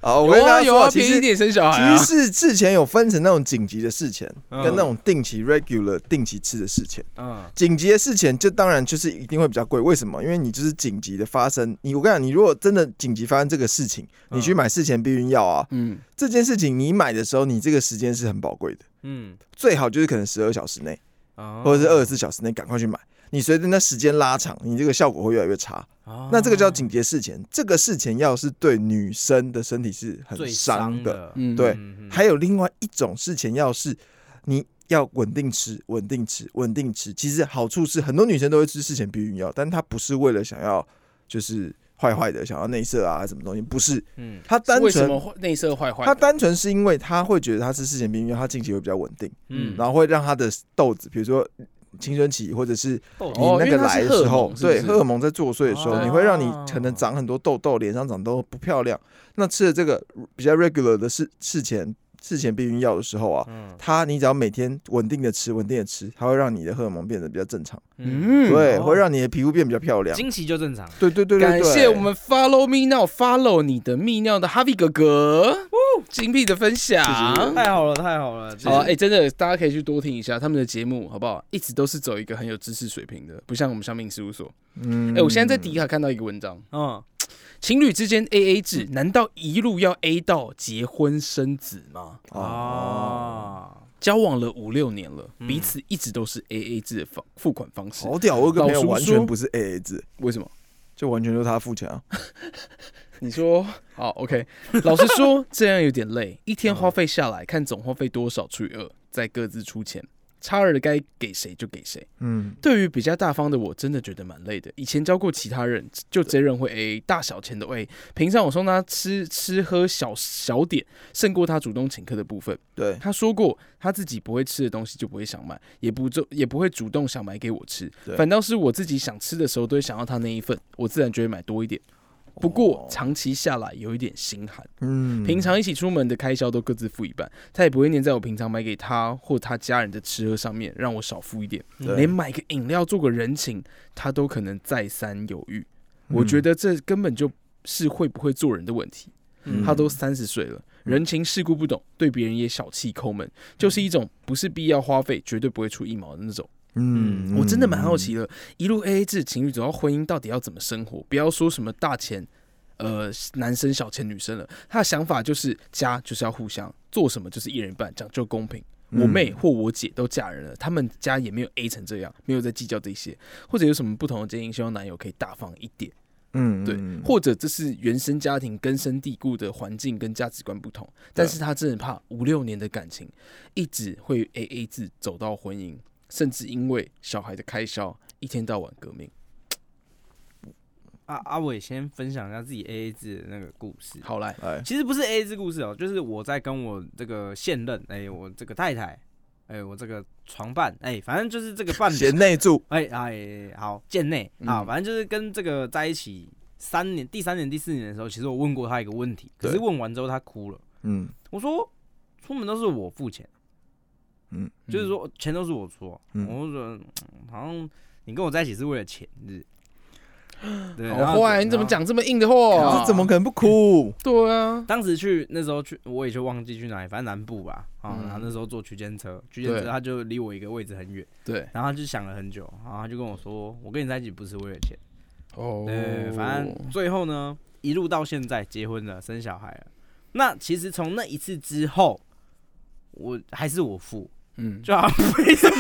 好，我跟
有
大
啊
家
有
说
啊，
啊，其
便宜一
实
点生小孩、啊。
其实是事前有分成那种紧急的事前，
嗯
跟那种定期 regular 定期吃的事前。
嗯
紧急的事情，就当然就是一定会比较贵。为什么？因为你就是紧急的发生。你我跟你讲，你如果真的紧急发生这个事情，
嗯
你去买事前避孕药啊，
嗯，
这件事情你买的时候，你这个时间是很宝贵的。
嗯，
最好就是可能十二小时内，
哦
或者是二十四小时内赶快去买。你随着那时间拉长，你这个效果会越来越差。
哦
那这个叫紧急的事情，这个事情要是对女生的身体是很
最
伤的。
的，
嗯
对
嗯嗯
还有另外一种事前药是，你要稳定吃，稳定吃，稳定吃。其实好处是很多女生都会吃事前避孕药，但她不是为了想要就是坏坏的，想要内射啊什么东西，不是，
嗯
她单
为什
纯。
么内射坏坏
她
的？
单纯是因为她会觉得她吃事前避孕药，她经期会比较稳定，
嗯，
然后会让她的豆子，比如说青春期或者是
后
哦
你那个来的时候，对荷尔蒙在作祟的时候，
哦
你会让你可能长很多痘痘，脸上长痘不漂亮。那吃了这个比较 regular 的事事前事前避孕药的时候啊，
嗯
它你只要每天稳定的吃，稳定的吃，它会让你的荷尔蒙变得比较正常，
嗯，
嗯，
对，
哦
会让你的皮肤变比较漂亮。
惊奇就正常。
对对对对对，
感谢我们 Follow Me Now，Follow 你的泌尿的哈比哥哥，精辟的分享。
太好了，太好了！
啊好啊，哎、真的，大家可以去多听一下他们的节目，好不好？一直都是走一个很有知识水平的，不像我们香命事务所。
嗯
哎、我现在在迪卡看到一个文章，
嗯，
情侣之间 A A 制，难道一路要 A 到结婚生子吗？
哦，
啊，
交往了五六年了，
嗯
彼此一直都是 A A 制的方付款方式，
好屌！我有个朋
老
友
实
完全
说
不是 AA 制，
为什么？
就完全就是他付钱啊。
你说好，OK。老实说，这样有点累，一天花费下来，看总花费多少除以二，再各自出钱，差额该给谁就给谁。
嗯，
对于比较大方的我，真的觉得蛮累的。以前教过其他人，就这人会 A，大小钱都 A。平常我送他吃吃喝小小点，胜过他主动请客的部分。
对，
他说过，他自己不会吃的东西就不会想买，也不就也不会主动想买给我吃
对，
反倒是我自己想吃的时候，都会想要他那一份，我自然就会买多一点。不过
哦
长期下来有一点心寒，
嗯，
平常一起出门的开销都各自付一半，他也不会黏在我平常买给他或他家人的吃喝上面，让我少付一点，
对
连买个饮料做个人情，他都可能再三犹豫。我觉得这根本就是会不会做人的问题。
嗯
他都三十岁了，人情世故不懂，对别人也小气抠门，就是一种不是必要花费，绝对不会出一毛的那种。
嗯，嗯
我真的蛮好奇，了，一路 A A 制情侣走到婚姻到底要怎么生活？不要说什么大钱，呃，男生小钱女生了，他的想法就是家就是要互相做什么就是一人一半，讲究公平。
嗯
我妹或我姐都嫁人了，他们家也没有 A 成这样，没有在计较这些，或者有什么不同的建议，希望男友可以大方一点。
嗯，
对
嗯，
或者这是原生家庭根深蒂固的环境跟价值观不同，但
啊
是他真的怕五六年的感情一直会 A A 制走到婚姻，甚至因为小孩的开销一天到晚革命。
阿阿伟啊先分享一下自己 AA 制的那个故事。
好来，
哎，
其实不是 AA 制故事哦，就是我在跟我这个现任，哎、我这个太太，哎、我这个床伴，哎、反正就是这个伴侣，
贤内助，
哎哎，好，贱内啊，
嗯
反正就是跟这个在一起三年，第三年、第四年的时候，其实我问过他一个问题，可是
对
问完之后他哭了。
嗯
我说出门都是我付钱，
嗯，
就是说钱都是我出啊。
嗯
我就觉得嗯好像你跟我在一起是为了钱，是不是？对，
好
然后
坏啊，你怎么？
然后
讲这么硬的话？
这怎么？可能不哭？
对啊，
当时去那时候去，我也就忘记去哪里，反正南部吧。啊，
嗯
然后那时候坐区间车，区间车
对
他就离我一个位置很远，
对
然后他就想了很久，然后他就跟我说，我跟你在一起不是为了钱。
哦
对，反正最后呢，一路到现在结婚了，生小孩了。那其实从那一次之后，我还是我付，
嗯，
就好像没什么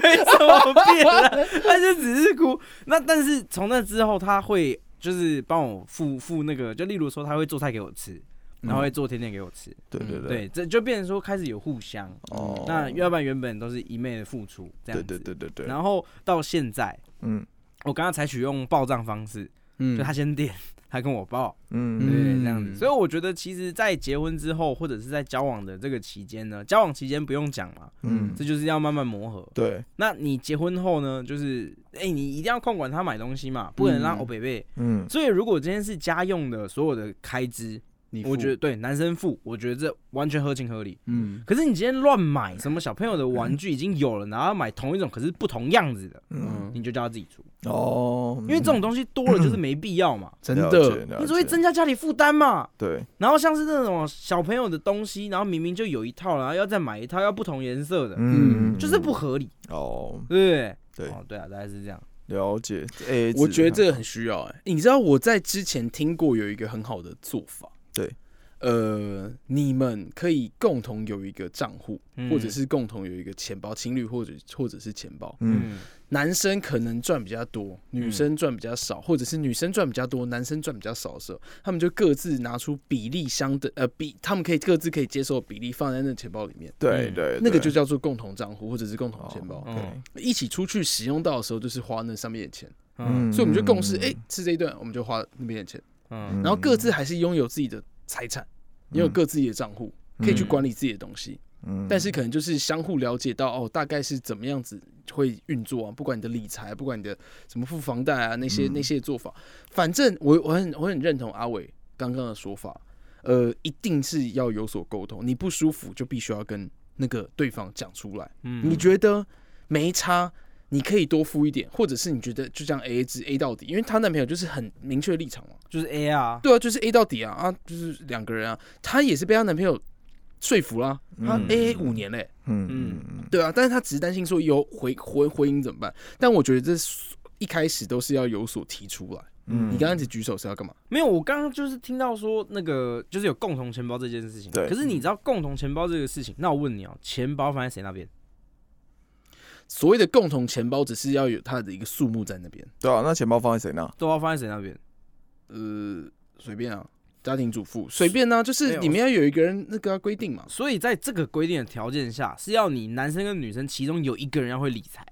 没什么变了，他就只是哭。那但是从那之后，他会就是帮我付付那个，就例如说他会做菜给我吃，然后会做甜点给我吃，
对对
嗯，
对，这就变成说开始有互相。
哦，
那要不然原本都是一昧的付出这样
对
子，
对对对对，
然后到现在，
嗯
我刚刚采取用报账方式，
嗯
就他先点，他跟我报，
嗯
对，这样子。
嗯
所以我觉得，其实，在结婚之后，或者是在交往的这个期间呢，交往期间不用讲嘛，
嗯，
这就是要慢慢磨合。
对，
那你结婚后呢，就是，哎、你一定要控管他买东西嘛，不能让
嗯
欧北北。
嗯
所以，如果今天是家用的所有的开支，
你
我觉得
得
对男生付，我觉得这完全合情合理。
嗯
可是你今天乱买什么小朋友的玩具已经有了，然后要买同一种可是不同样子的，
嗯，
你就叫他自己出，
哦，
嗯
因为这种东西多了就是没必要嘛，
真
了
的，
解了
你只会
解
增加家里负担嘛。
对，
然后像是那种小朋友的东西，然后明明就有一套，然后要再买一套，要不同颜色的，
嗯，
就是不合理，
嗯
哦，
对不对？
对，
哦，对啊，大概是这样。
了解，AA 哎制，
我觉得这个很需要哎、你知道我在之前听过有一个很好的做法，
对，
呃，你们可以共同有一个账户，
嗯
或者是共同有一个钱包，情侣或者或者是钱包，
嗯，
男生可能赚比较多，女生赚比较少，或者是女生赚比较多，男生赚比较少的时候，他们就各自拿出比例相等，呃，比他们可以各自可以接受的比例放在那个钱包里面。
对对，
嗯那个就
对
叫做共同账户或者是共同钱包，嗯
哦
一起出去使用到的时候就是花那上面的钱，
嗯
所以我们就共识，哎、吃这一顿我们就花那边的钱，
嗯
然后各自还是拥有自己的财产，拥有各自己的账户，可以去管理自己的东西。
嗯
但是可能就是相互了解到哦，大概是怎么样子会运作啊，不管你的理财，不管你的什么付房贷啊那些
嗯
那些做法，反正我我很我很认同阿伟刚刚的说法。呃，一定是要有所沟通。你不舒服就必须要跟那个对方讲出来。
嗯
你觉得没差，你可以多付一点，或者是你觉得就这样 A A 制 A 到底，因为她男朋友就是很明确的立场嘛。
就是 A 啊，
对啊，就是 A 到底啊啊，就是两个人啊，她也是被她男朋友说服啦、她
嗯
A A 五年嘞、
嗯
嗯
嗯
对啊，但是她只是担心说有回婚婚姻怎么办？但我觉得这是一开始都是要有所提出来。
嗯
你刚开始举手是要干嘛？
没有，我刚刚就是听到说那个就是有共同钱包这件事情。
对
可是你知道共同钱包这个事情，那我问你哦，钱包放在谁那边？
所谓的共同钱包，只是要有它的一个数目在那边。
对啊，那钱包放在谁那？
都要放在谁那边？
呃，随便啊，家庭主妇随便啊，就
没
是
有
你们要有一个人那个啊规、定嘛。
所以在这个规定的条件下，是要你男生跟女生其中有一个人要会理财。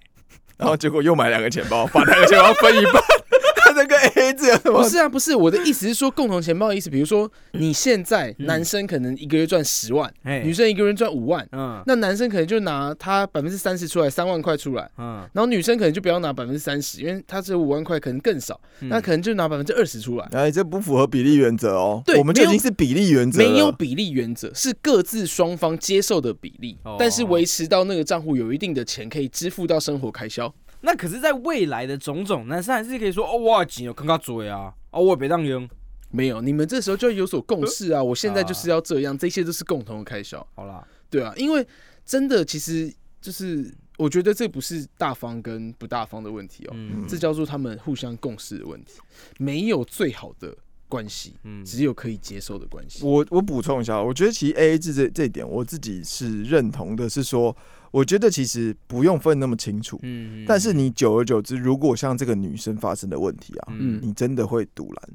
然后结果又买两个钱包，把两个钱包分一半， 他这个 A 字有什么
不？是 啊，不是我的意思是说，共同钱包的意思，比如说你现在
嗯
男生可能一个月赚十万，
哎
女生一个月赚五万，
嗯
那男生可能就拿他百分之三十出来，三万块出来，
嗯，
然后女生可能就不要拿百分之三十，因为她这五万块可能更少，
嗯
那可能就拿百分之二十出来，
哎，这不符合比例原则哦。
对
我们就已
没有
经是比例原则了
没有比例原则，是各自双方接受的比例
哦，
但是维持到那个账户有一定的钱可以支付到生活开销。
那可是，在未来的种种，男生还是可以说哦，我紧有看他嘴啊，哦，我别当用。
没有，你们这时候就要有所共识啊！我现
哦
在就是要这样，这些都是共同的开销，
好啦，
对啊，因为真的其实就是我觉得这不是大方跟不大方的问题哦，
嗯
这叫做他们互相共识的问题，没有最好的关系，
嗯，
只有可以接受的关系。
我我补充一下，我觉得其实 A A 制这这一点，我自己是认同的，是说，我觉得其实不用分那么清楚，
嗯
但是你久而久之，如果像这个女生发生的问题啊，
嗯，
你真的会堵拦，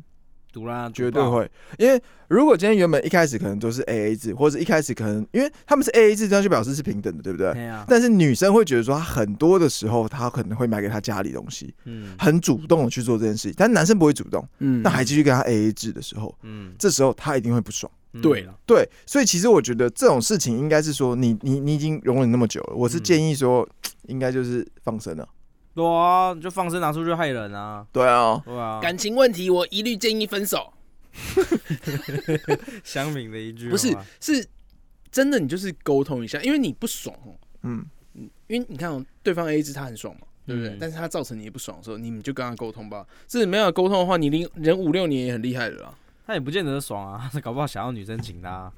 赌啦，
绝
啊
对会，因为如果今天原本一开始可能都是 A A 制，或者一开始可能因为他们是 A A 制，这样就表示是平等的，对不对？
啊
哎呀，
但是女生会觉得说，她很多的时候，她可能会买给她家里东西，
嗯
很主动的去做这件事情，但男生不会主动，
嗯
那还继续跟他 A A 制的时候，
嗯，
这时候他一定会不爽。
嗯
对了，
对，所以其实我觉得这种事情应该是说你，你你已经容忍那么久了，我是
嗯
建议说，应该就是放生了。
对啊，你就放生拿出去害人啊，
对啊，
对啊，
感情问题，我一律建议分手。
香敏的一句
不是
话，
是真的，你就是沟通一下，因为你不爽哦，
嗯，
因为你看、哦、对方 A 制他很爽嘛，对不对？
嗯
但是他造成你也不爽的时候，你们就跟他沟通吧。这没有沟通的话，你零人五六年也很厉害的啦。
他也不见得爽啊， 搞不好想要女生请他啊，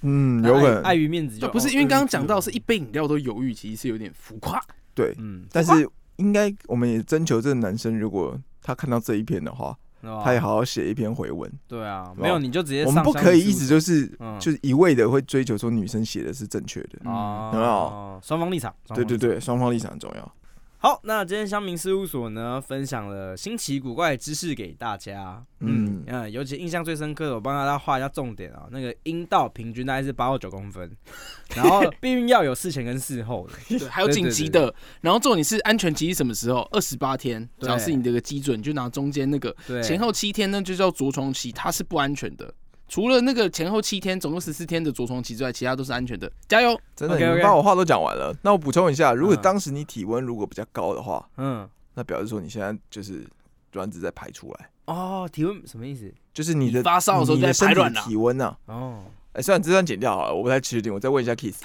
嗯，
那
有
碍
可
碍
能，
于面子就
对，啊不是
哦
因为刚
对不
刚
起
讲到是一杯饮料都犹豫，其实是有点浮夸。
对，
嗯，
但是应该我们也征求这个男生，如果他看到这一篇的话，
对吧
他也好好写一篇回文。
对啊，
吧
没有你就直啊接
我们
上
不
香
可以
民
一
事
直
务
就是
所嗯
就是一味的会追求说女生写的是正确的。
啊
有没有
双方立场，双
对
方
对
立场。
对，双方立场很重要。
好，那今天香民事务所呢，分享了新奇古怪的知识给大家。嗯
嗯
嗯，尤其印象最深刻的，我帮大家画一下重点啊、那个阴道平均大概是八到九公 分，然后避孕药有事前跟事后的。
对，还有紧急
对
的，然后重点是安全期是什么时候？二十八天，
对
只要是你的一个基准，你就拿中间那个
对，
前后七天呢，就叫着床期，它是不安全的。除了那个前后七天，总共十四天的着床期之外，其他都是安全的。加油！
真的，你
OK，OK
们把我话都讲完了。那我补充一下，如果
嗯
当时你体温如果比较高的话，
嗯，
那表示说你现在就是卵子在排出来，
哦，提问什么意思？
就是你的
你发烧的时候
你
在
的身
排
体
卵
的
啊
体温呐、啊。
哦，
哎、虽然这段剪掉好了，我不太确定，我再问一下 Kiss。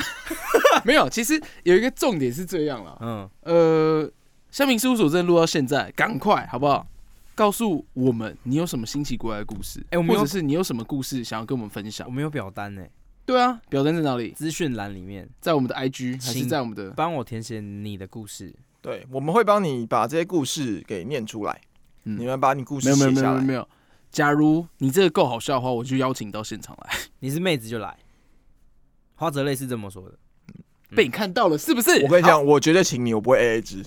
没有，其实有一个重点是这样啦。
嗯，
呃，香民事务所真的录到现在，赶快好不好？告诉我们你有什么新奇古怪的故事，
哎我们
或
有
者是你有什么故事想要跟我们分享
我？们有表单呢，
对啊，表单在哪里？
资讯栏里面
在我们的 IG 还是
请
在我们的？
帮我填写你的故事。
对，我们会帮你把这些故事给念出来，
嗯
你们把你故
没
事
有没有
写
没
下
有
来。
没有。假如你这个够好笑的话，我就邀请到现场来，
你是妹子就来，花泽类是这么说的。嗯
被你看到了是不是？
我跟你
好，
讲，我绝对请你，我不会 AA 制。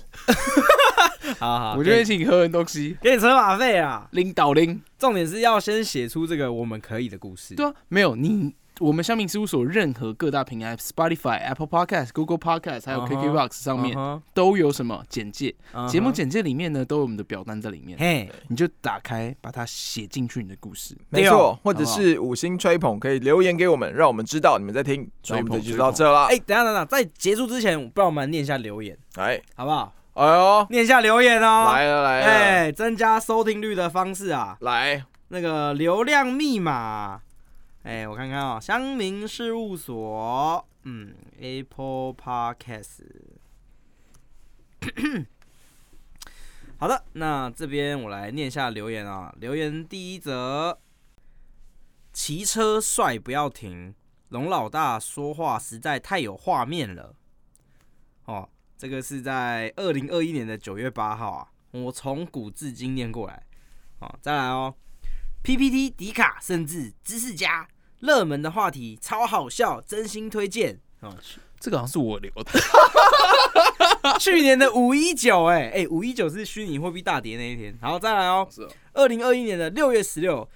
好好，
我就会
给
请你喝东西，
给你车马费啊。
拎倒拎。
重点是要先写出这个我们可以的故事。
对啊，没有你，我们香民事务所任何各大平台，Spotify、Apple Podcast、Google Podcast，还有
嗯哼嗯
KKBox 上面
面
都有什么简介？节目
简，
简介里面呢，都有我们的表单在里面，
嘿，
你就打开，把它写进去你的故事。啊
没
对
错
哦，
或者是五星吹捧，可以留言给我们，让我们知道你们在听。那
吹
我
捧
们这集就到这啦。
哎，等一下等一下，在结束之前，不然我们念一下留言，
哎，
好不好？
哎呦，
念一下留言哦。
来了
啊
来了，
啊哎，增加收听率的方式啊，
来，
那个流量密码，哎、我看看哦，乡民事务所，嗯，Apple Podcast。好的，那这边我来念一下留言啊。留言第一则：骑车帅不要停，龙老大说话实在太有画面了。哦，这个是在二零二一年的九月八号啊，我从古至今念过来。哦，再来哦。PPT、迪卡，甚至知识家，热门的话题超好笑，真心推荐。哦，
这个好像是我留的，
去年的五一九，哎哎，五一九是虚拟货币大跌那一天。好，再来哦，
是哦
二零二一年的六月十六，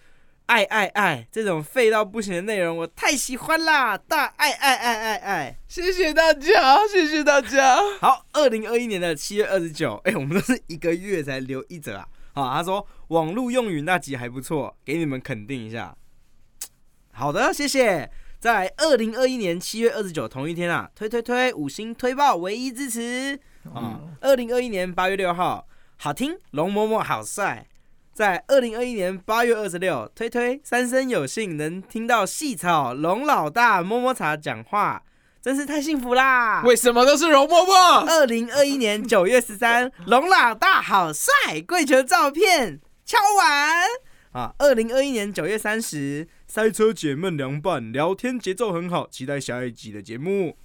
爱爱爱这种废到不行的内容，我太喜欢啦！大爱爱爱爱爱。
谢谢大家，谢谢大家。
好，二零二一年的七月二十九，哎，我们都是一个月才留一则啊。好，他说网络用语那集还不错，给你们肯定一下。好的，谢谢。在二零二一年七月二十九同一天啊，推推推五星推爆，唯一支持啊！二零二一年八月六号，好听龙嬷嬷好帅。在二零二一年八月二十六，推推三生有幸能听到细草龙老大摸摸茶讲话，真是太幸福啦！
为什么都是容嬷嬷？
二零二一年九月十三，龙老大好帅，跪求照片，敲完啊！二零二一年九月三十，塞车解闷凉拌，聊天节奏很好，期待下一集的节目。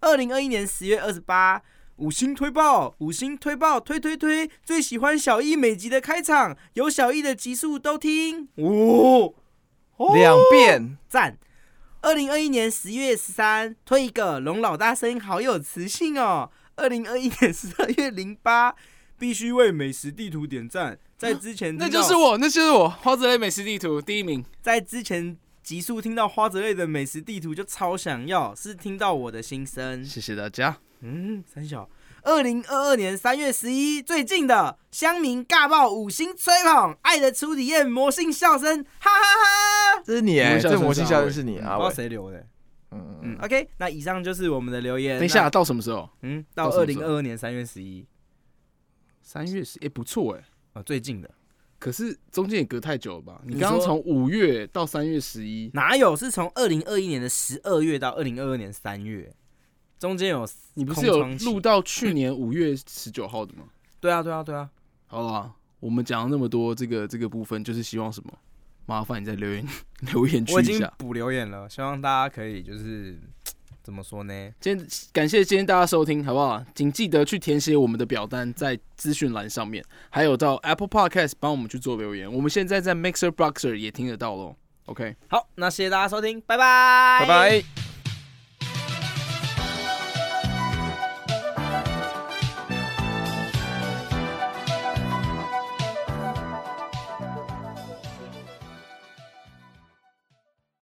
二零二一年十月二十八，五星推爆，五星推爆，推推推，最喜欢小易每集的开场，有小易的集数都听哦，
两遍，
赞。二零二一年十月十三，推一个龙老大声音好有磁性哦。二零二一年 十二月零八，必须为美食地图点赞。在之前
那
听到
就是我，那就是我，花子类美食地图第一名。
在之前集数听到花泽类的美食地图就超想要，是听到我的心声。
谢谢大家。
嗯，三小。二零二二年三月十一，最近的乡民尬爆五星吹捧，爱的初体验魔性笑声，哈哈哈
这是你哎，
你们笑
这魔
声
性
是
笑
阿
的
伟
是你
不
啊
知道
伟，
谁留的。
嗯
嗯，OK，那以上就是我们的留言。
等一下，到什么时候？
嗯，到二
到什么
零
时
二
候
二年三月十一
三月十，哎，不错哎。
啊，最近的
可是中间也隔太久了吧？你
你
刚刚
说
从五月到三月十一，
哪有？是从二零二一年的十二月到二零二二年三月，中间有
你不是
空
有
窗期
录到去年五月十九号的 吗？
对啊，对啊，对啊，
好啦，我们讲了那么多这个这个部分，就是希望什么？麻烦你在留言 留言区
我已
一
经
下。
补留言了，希望大家可以就是怎么说呢？
今天感谢今天大家收听，好不好？请记得去填写我们的表单，在资讯栏上面，还有到 Apple Podcast 帮我们去做留言。我们现在在 Mixer Boxer 也听得到喽。OK，
好，那谢谢大家收听，拜拜，
拜拜。